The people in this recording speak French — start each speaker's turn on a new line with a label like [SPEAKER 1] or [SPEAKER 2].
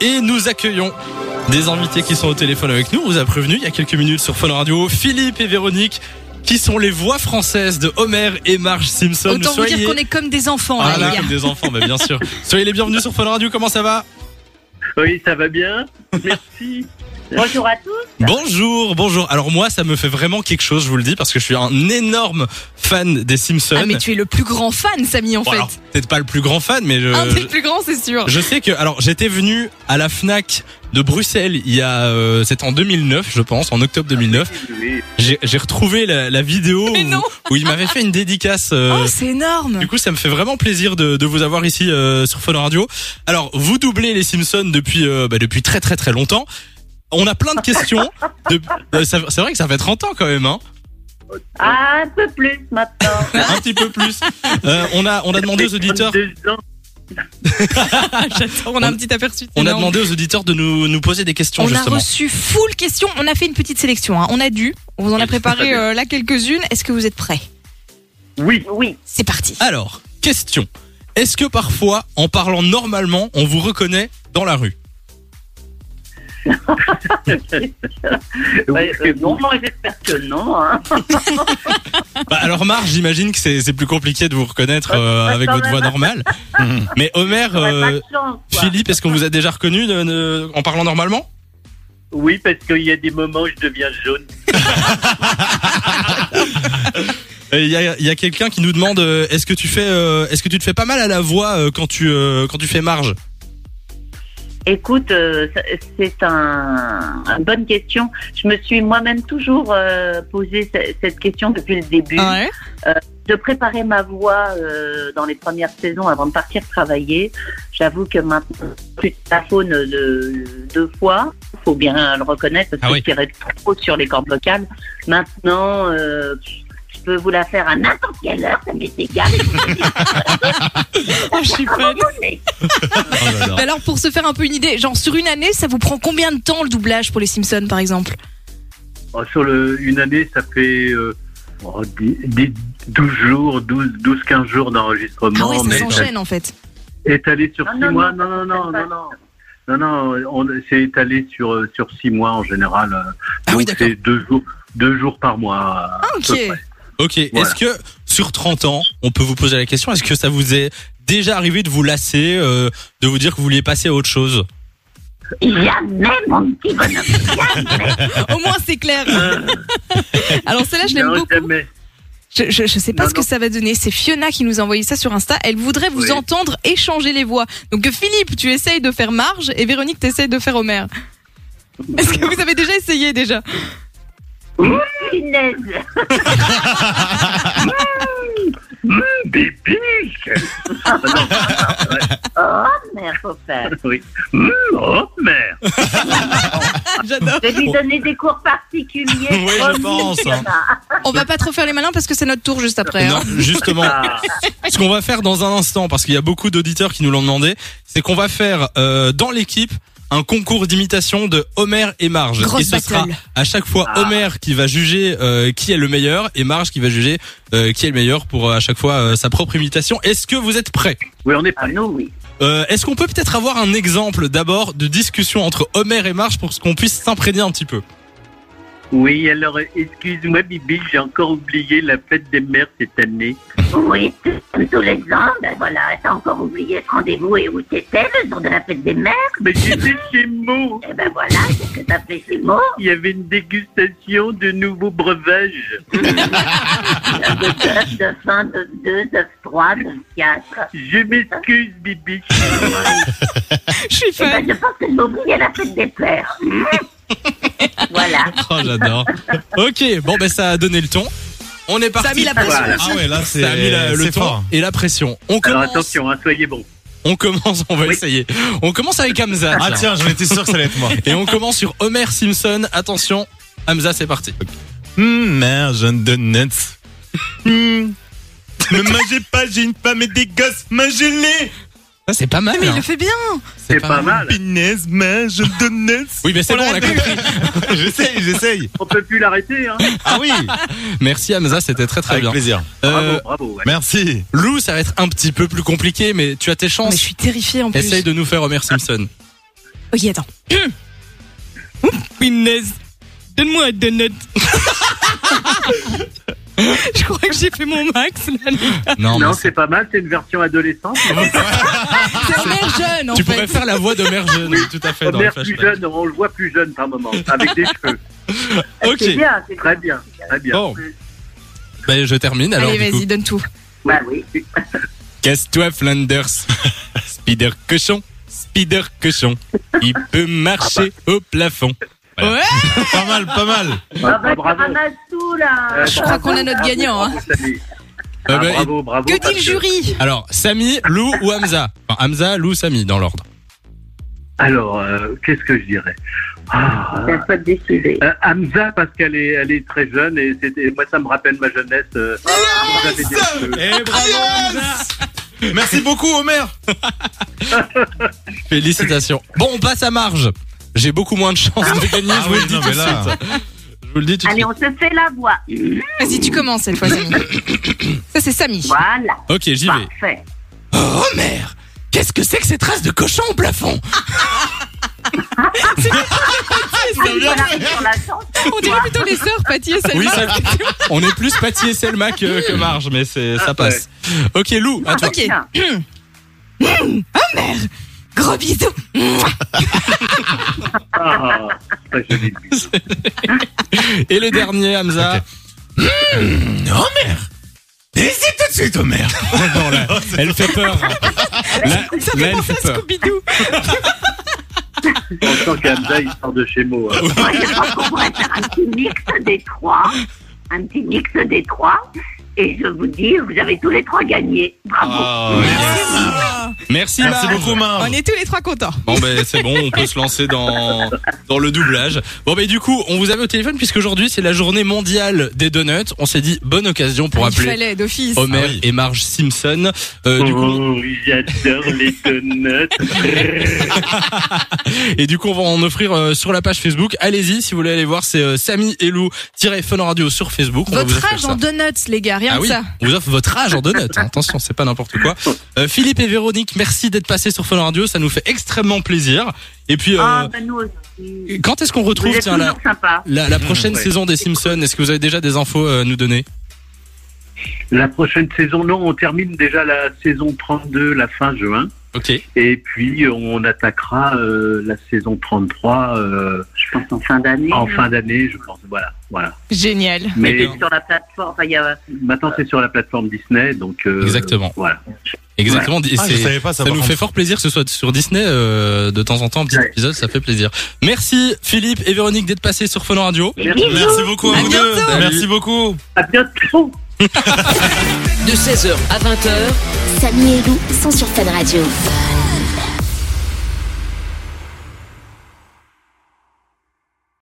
[SPEAKER 1] Et nous accueillons des invités qui sont au téléphone avec nous. On vous a prévenu il y a quelques minutes sur Fun Radio, Philippe et Véronique, qui sont les voix françaises de Homer et Marge Simpson.
[SPEAKER 2] Autant vous
[SPEAKER 1] Soyez-
[SPEAKER 2] dire qu'on est comme des enfants,
[SPEAKER 1] Ah là,
[SPEAKER 2] là, les gars.
[SPEAKER 1] comme des enfants, bah, bien sûr. Soyez les bienvenus sur Fun Radio, comment ça va
[SPEAKER 3] Oui, ça va bien. Merci.
[SPEAKER 4] Bonjour à tous.
[SPEAKER 1] Bonjour, bonjour. Alors moi, ça me fait vraiment quelque chose, je vous le dis, parce que je suis un énorme fan des Simpsons.
[SPEAKER 2] Ah, mais tu es le plus grand fan, Samy, en
[SPEAKER 1] Bon, alors,
[SPEAKER 2] fait.
[SPEAKER 1] peut-être pas le plus grand fan, mais je-
[SPEAKER 2] Un des
[SPEAKER 1] je,
[SPEAKER 2] plus grands, c'est sûr.
[SPEAKER 1] Je sais que, alors j'étais venu à la FNAC de Bruxelles il y a, euh, c'était en 2009 je pense, en octobre 2009.
[SPEAKER 3] Oui.
[SPEAKER 1] J'ai j'ai retrouvé la, la vidéo
[SPEAKER 2] Mais non.
[SPEAKER 1] où, où il m'avait fait une dédicace. euh,
[SPEAKER 2] Oh, c'est énorme.
[SPEAKER 1] du coup, ça me fait vraiment plaisir de, de vous avoir ici euh, sur Fun Radio. Alors, vous doublez les Simpsons depuis euh, bah, depuis très très très longtemps. On a plein de questions. de- euh, ça- C'est vrai que ça fait 30 ans quand même, hein
[SPEAKER 4] Ah, un peu plus maintenant.
[SPEAKER 2] Hein
[SPEAKER 1] un petit peu plus. Euh, on a on a demandé aux auditeurs
[SPEAKER 3] 32 ans.
[SPEAKER 2] Ah, on a un petit aperçu.
[SPEAKER 1] on a
[SPEAKER 2] énorme.
[SPEAKER 1] demandé aux auditeurs de nous nous poser des questions
[SPEAKER 2] On a
[SPEAKER 1] justement.
[SPEAKER 2] reçu full question. On a fait une petite sélection. hein. On a dû. On vous en a préparé euh, là quelques-unes. Est-ce que vous êtes prêts
[SPEAKER 3] Oui.
[SPEAKER 4] Oui.
[SPEAKER 2] C'est parti.
[SPEAKER 1] Alors, question. Est-ce que parfois, en parlant normalement, on vous reconnaît dans la rue
[SPEAKER 3] Oui,
[SPEAKER 4] Euh, euh, non, moi j'espère que non. hein.
[SPEAKER 1] Bah, Alors Marge, j'imagine que c'est c'est plus compliqué de vous reconnaître euh, avec votre voix normale. Mais Homer,
[SPEAKER 4] J'aurais
[SPEAKER 1] euh,
[SPEAKER 4] pas de chance. quoi.
[SPEAKER 1] Philippe, est-ce qu'on vous a déjà reconnu de- de- en parlant normalement
[SPEAKER 3] Oui, parce qu'il y a des moments où je deviens jaune.
[SPEAKER 1] Euh, Il y a, il y a quelqu'un qui nous demande euh, est-ce que tu fais, euh, est-ce que tu te fais pas mal à la voix euh, quand tu euh, quand tu fais Marge
[SPEAKER 4] Écoute, euh, ça- c'est un, une bonne question. Je me suis moi-même toujours euh, posé ce- cette question depuis le début.
[SPEAKER 1] Ah
[SPEAKER 2] Ouais.
[SPEAKER 4] Je préparais ma voix euh, dans les premières saisons avant de partir travailler. J'avoue que maintenant, plus de la faune de, deux fois, faut bien le reconnaître, parce
[SPEAKER 1] Ah
[SPEAKER 4] que
[SPEAKER 1] oui.
[SPEAKER 4] je tirais trop sur les cordes vocales. Maintenant, euh, je peux vous la faire à n'importe quelle heure, ça m'est égal.
[SPEAKER 2] Oh, je suis fan.
[SPEAKER 1] Ah,
[SPEAKER 2] Bah Alors, pour se faire un peu une idée, genre sur une année, ça vous prend combien de temps le doublage pour les Simpsons, par exemple
[SPEAKER 3] Oh, sur le, une année, ça fait euh, oh, des, des 12 jours, 12, 12 15 jours
[SPEAKER 2] Ah
[SPEAKER 3] d'enregistrement.
[SPEAKER 2] ouais, ça
[SPEAKER 3] mais
[SPEAKER 2] s'enchaîne en fait.
[SPEAKER 3] étalé sur
[SPEAKER 4] Non,
[SPEAKER 3] 6
[SPEAKER 4] non,
[SPEAKER 3] mois.
[SPEAKER 4] non,
[SPEAKER 3] Non, non, non,
[SPEAKER 4] ça
[SPEAKER 3] non, non. Non, non, on- c'est étalé sur, euh, sur 6 mois en général. euh,
[SPEAKER 1] Ah oui,
[SPEAKER 3] donc
[SPEAKER 1] d'accord.
[SPEAKER 3] c'est 2 jours, deux jours par mois. à
[SPEAKER 2] Ah, ok.
[SPEAKER 3] peu près.
[SPEAKER 1] Ok.
[SPEAKER 3] Voilà.
[SPEAKER 1] Est-ce que sur 30 ans, on peut vous poser la question est-ce que ça vous est déjà arrivé de vous lasser, euh, de vous dire que vous vouliez passer à autre chose
[SPEAKER 4] Jamais, mon petit bonhomme.
[SPEAKER 2] Au moins, c'est clair. Alors, celle-là, je l'aime
[SPEAKER 3] Non,
[SPEAKER 2] beaucoup.
[SPEAKER 3] jamais.
[SPEAKER 2] Je, je, je sais pas
[SPEAKER 3] Non,
[SPEAKER 2] ce que
[SPEAKER 3] non.
[SPEAKER 2] ça va donner. C'est Fiona qui nous a envoyé ça sur Insta. Elle voudrait vous
[SPEAKER 3] Oui.
[SPEAKER 2] entendre échanger les voix. Donc Philippe, tu essayes de faire Marge et Véronique, t'essayes de faire Homer. Est-ce que vous avez déjà essayé déjà
[SPEAKER 4] Punaise. Oh, merde, faut faire.
[SPEAKER 3] Oui. Mmh, oh, merde.
[SPEAKER 2] J'adore.
[SPEAKER 4] Je vais lui donner des cours particuliers.
[SPEAKER 1] Oui, je
[SPEAKER 4] promis,
[SPEAKER 1] pense, hein.
[SPEAKER 4] Fiona.
[SPEAKER 2] On va pas trop faire les malins parce que c'est notre tour juste après.
[SPEAKER 1] Non,
[SPEAKER 2] hein.
[SPEAKER 1] justement.
[SPEAKER 3] Ah.
[SPEAKER 1] Ce qu'on va faire dans un instant, parce qu'il y a beaucoup d'auditeurs qui nous l'ont demandé, c'est qu'on va faire euh, dans l'équipe un concours d'imitation de Homer et Marge. et
[SPEAKER 2] Grosse
[SPEAKER 1] ce sera
[SPEAKER 2] battle.
[SPEAKER 1] à chaque fois
[SPEAKER 3] Ah.
[SPEAKER 1] Homer qui va juger euh, qui est le meilleur et Marge qui va juger euh, qui est le meilleur pour euh, à chaque fois euh, sa propre imitation. Est-ce que vous êtes prêts
[SPEAKER 3] Oui, on est
[SPEAKER 4] Ah,
[SPEAKER 3] prêts.
[SPEAKER 4] nous, oui.
[SPEAKER 1] Euh, Est-ce qu'on peut peut-être avoir un exemple d'abord de discussion entre Homer et Marge pour qu'on puisse s'imprégner un petit peu
[SPEAKER 3] Oui, alors, euh, excuse-moi, Bibi, j'ai encore oublié la fête des mères cette année.
[SPEAKER 4] Oui, tout- comme tous les ans, ben voilà, t'as encore oublié ce rendez-vous et où t'étais le jour de la fête des mères.
[SPEAKER 3] Mais j'étais chez Mo,
[SPEAKER 4] Et ben voilà, c'est ce que t'as fait chez moi.
[SPEAKER 3] il y avait une dégustation de nouveaux breuvages.
[SPEAKER 4] De bœuf, de fin, de deux, de trois, de quatre.
[SPEAKER 3] Je m'excuse, Bibi.
[SPEAKER 2] Je suis
[SPEAKER 4] Et ben
[SPEAKER 2] fan.
[SPEAKER 4] je pense que j'ai oublié la fête des pères. Hmm? voilà.
[SPEAKER 1] Oh j'adore. ok, bon ben ça a donné le ton. On est parti.
[SPEAKER 2] Ça a mis la pression.
[SPEAKER 3] Voilà.
[SPEAKER 5] Ah ouais, là, c'est
[SPEAKER 1] Ça a mis la- le
[SPEAKER 5] c'est
[SPEAKER 1] ton
[SPEAKER 5] fort.
[SPEAKER 1] et la pression. On
[SPEAKER 3] Alors,
[SPEAKER 1] commence.
[SPEAKER 3] attention, hein, soyez bons.
[SPEAKER 1] On commence, on va
[SPEAKER 3] Oui.
[SPEAKER 1] essayer. On commence avec Hamza.
[SPEAKER 5] Ah tiens, j'en étais sûr que ça allait être moi.
[SPEAKER 1] Et on commence sur Homer Simpson. Attention, Hamza, c'est parti.
[SPEAKER 5] Hum, merde, je de nuts. Hum. Ne mangez pas, j'ai une femme et des gosses, mangez-les.
[SPEAKER 1] Ça, c'est pas mal.
[SPEAKER 2] Mais il
[SPEAKER 1] hein.
[SPEAKER 2] le fait bien.
[SPEAKER 3] C'est pas, mal.
[SPEAKER 5] Punaise, mange de nuts.
[SPEAKER 1] Oui, mais c'est bon, on l'a compris.
[SPEAKER 5] j'essaye, j'essaye.
[SPEAKER 3] On peut plus l'arrêter, hein.
[SPEAKER 5] Ah oui,
[SPEAKER 1] Merci Hamza, c'était très très
[SPEAKER 5] avec
[SPEAKER 1] bien.
[SPEAKER 5] plaisir.
[SPEAKER 1] Euh,
[SPEAKER 3] Bravo, bravo. ouais.
[SPEAKER 5] Merci.
[SPEAKER 1] Lou, ça va être un petit peu plus compliqué, mais tu as tes
[SPEAKER 2] Mais je
[SPEAKER 1] chances.
[SPEAKER 2] suis terrifiée en plus.
[SPEAKER 1] Essaye de nous faire Homer Simpson.
[SPEAKER 2] Ok, attends. Ouh, punaise. Donne-moi un donut. Je crois que j'ai fait mon max. là.
[SPEAKER 1] Non, mais
[SPEAKER 3] non, c'est pas mal, c'est une version adolescente.
[SPEAKER 2] C'est un mère jeune, en
[SPEAKER 1] tu
[SPEAKER 2] fait.
[SPEAKER 1] pourrais faire la voix de mère jeune, tout à fait, dans le
[SPEAKER 3] Mère plus
[SPEAKER 1] flashback.
[SPEAKER 3] jeune, on le voit plus jeune par moment, avec des cheveux.
[SPEAKER 4] C'est
[SPEAKER 1] Ok,
[SPEAKER 4] bien, c'est
[SPEAKER 3] Très bien, très bien.
[SPEAKER 1] bon. Bah, je termine alors.
[SPEAKER 2] Allez,
[SPEAKER 1] du coup.
[SPEAKER 2] vas-y, donne tout.
[SPEAKER 4] Bah oui.
[SPEAKER 1] Casse-toi, Flanders. Spider cochon, Spider cochon. Il peut marcher au plafond. Voilà.
[SPEAKER 2] Ouais,
[SPEAKER 5] Pas mal, pas mal.
[SPEAKER 4] Ah bah,
[SPEAKER 3] Ah,
[SPEAKER 4] tu
[SPEAKER 3] bravo.
[SPEAKER 4] ramasses tout, là.
[SPEAKER 3] Euh,
[SPEAKER 2] bah, je crois qu'on a notre gagnant. hein.
[SPEAKER 3] Bravo, Samy.
[SPEAKER 1] Euh,
[SPEAKER 3] Ah,
[SPEAKER 1] bah,
[SPEAKER 3] bravo, bravo.
[SPEAKER 2] Que
[SPEAKER 3] parce
[SPEAKER 2] dit le jury
[SPEAKER 1] il- Alors, Samy, Lou ou Hamza Enfin, Hamza, Lou, Samy, dans l'ordre.
[SPEAKER 3] Alors, euh, qu'est-ce que je dirais Ah,
[SPEAKER 4] T'as pas décidé.
[SPEAKER 3] euh, Hamza, parce qu'elle est, elle est très jeune et c'était, moi, ça me rappelle ma jeunesse. euh, vous avez dit un peu.
[SPEAKER 5] Eh, Ah, Merci beaucoup, Homer.
[SPEAKER 1] Félicitations. Bon, on passe à marge. J'ai beaucoup moins de chances de gagner,
[SPEAKER 5] Ah
[SPEAKER 1] je vous le dis tout de suite. Ah Je vous le dis tout de
[SPEAKER 4] Allez,
[SPEAKER 1] suite.
[SPEAKER 4] on se fait la voix.
[SPEAKER 2] Vas-y, tu commences cette fois, Samy. Ça, c'est Samy.
[SPEAKER 4] Voilà,
[SPEAKER 1] Ok, j'y vais.
[SPEAKER 4] parfait.
[SPEAKER 1] Oh, mère Qu'est-ce que c'est que ces traces de cochon au plafond
[SPEAKER 4] On arrive sur la chanson.
[SPEAKER 2] On dirait plutôt les sœurs, Patty et Selma.
[SPEAKER 1] Oui, ça- on est plus Patty et Selma que, que Marge, mais c'est, ça passe. Ok, Lou, à toi.
[SPEAKER 2] Ok. Gros bisous.
[SPEAKER 3] Ah, très joli.
[SPEAKER 1] Et le dernier, Hamza.
[SPEAKER 5] Homer. Décide tout de suite, Homer.
[SPEAKER 1] Non, là, elle fait peur. Là,
[SPEAKER 2] Ça
[SPEAKER 1] là,
[SPEAKER 2] fait
[SPEAKER 1] elle
[SPEAKER 2] penser
[SPEAKER 1] fait
[SPEAKER 2] à
[SPEAKER 1] peur.
[SPEAKER 2] Scooby-Doo.
[SPEAKER 3] On sent qu'Hamza, il sort de chez moi. hein.
[SPEAKER 4] Moi, je pense qu'on pourrait faire un petit mix des trois. Un petit mix des trois. Et je vous dis, vous avez tous les trois gagné. Bravo.
[SPEAKER 1] Ah. Merci,
[SPEAKER 5] Merci
[SPEAKER 1] Marge.
[SPEAKER 5] beaucoup,
[SPEAKER 2] Ah, On
[SPEAKER 5] Marge.
[SPEAKER 2] est tous les trois contents.
[SPEAKER 1] Bon ben c'est bon, on peut se lancer dans dans le doublage. Bon ben du coup, on vous avait au téléphone puisque aujourd'hui c'est la journée mondiale des donuts. On s'est dit bonne occasion pour
[SPEAKER 2] Il
[SPEAKER 1] appeler
[SPEAKER 2] fallait d'office.
[SPEAKER 1] Homer
[SPEAKER 5] Ah oui.
[SPEAKER 1] et Marge Simpson. Euh, du coup,
[SPEAKER 3] Oh, j'adore les donuts.
[SPEAKER 1] et du coup, on va en offrir euh, sur la page Facebook. Allez-y si vous voulez aller voir, c'est euh, Samy et Lou Fun Radio sur Facebook. On va vous
[SPEAKER 2] Votre
[SPEAKER 1] offrir
[SPEAKER 2] âge
[SPEAKER 1] ça.
[SPEAKER 2] en donuts, les gars, rien
[SPEAKER 1] Ah
[SPEAKER 2] que
[SPEAKER 1] oui,
[SPEAKER 2] ça.
[SPEAKER 1] on vous offre votre âge en donuts. hein. Attention, c'est pas n'importe quoi. Euh, Philippe et Véronique, merci d'être passés sur Fun Radio, ça nous fait extrêmement plaisir. Et puis,
[SPEAKER 4] Ah,
[SPEAKER 1] euh,
[SPEAKER 4] ben nous aussi.
[SPEAKER 1] quand est-ce qu'on
[SPEAKER 4] Vous
[SPEAKER 1] retrouve
[SPEAKER 4] êtes
[SPEAKER 1] tiens, la,
[SPEAKER 4] toujours sympas.
[SPEAKER 1] La, la prochaine
[SPEAKER 3] Mmh, ouais.
[SPEAKER 1] saison des Simpsons, est-ce que vous avez déjà des infos euh, à nous donner
[SPEAKER 3] La prochaine saison, non, on termine déjà la saison 32, la fin juin.
[SPEAKER 1] Ok.
[SPEAKER 3] Et puis, on attaquera euh, la saison 33 euh,
[SPEAKER 4] Je pense en fin d'année.
[SPEAKER 3] en
[SPEAKER 4] là.
[SPEAKER 3] fin d'année, je pense. Voilà, voilà.
[SPEAKER 2] Génial.
[SPEAKER 3] Mais
[SPEAKER 1] D'accord.
[SPEAKER 4] Sur la plateforme, enfin, il y a.
[SPEAKER 3] maintenant, c'est sur la plateforme Disney, donc... euh,
[SPEAKER 1] Exactement.
[SPEAKER 3] Voilà.
[SPEAKER 1] Exactement. Et
[SPEAKER 5] Ah,
[SPEAKER 1] c'est-
[SPEAKER 5] je savais pas
[SPEAKER 1] ça
[SPEAKER 5] par
[SPEAKER 1] nous
[SPEAKER 5] contre.
[SPEAKER 1] fait fort plaisir que ce soit sur Disney euh, de temps en temps, un petit
[SPEAKER 3] Ouais.
[SPEAKER 1] épisode, ça fait plaisir. Merci Philippe et Véronique d'être passés sur Fun Radio.
[SPEAKER 3] Merci.
[SPEAKER 5] Merci beaucoup à
[SPEAKER 2] À
[SPEAKER 5] vous deux.
[SPEAKER 2] bientôt.
[SPEAKER 5] Merci beaucoup.
[SPEAKER 3] À bientôt
[SPEAKER 6] De 16h à 20h,
[SPEAKER 7] Samy et Lou sont sur Fan Radio.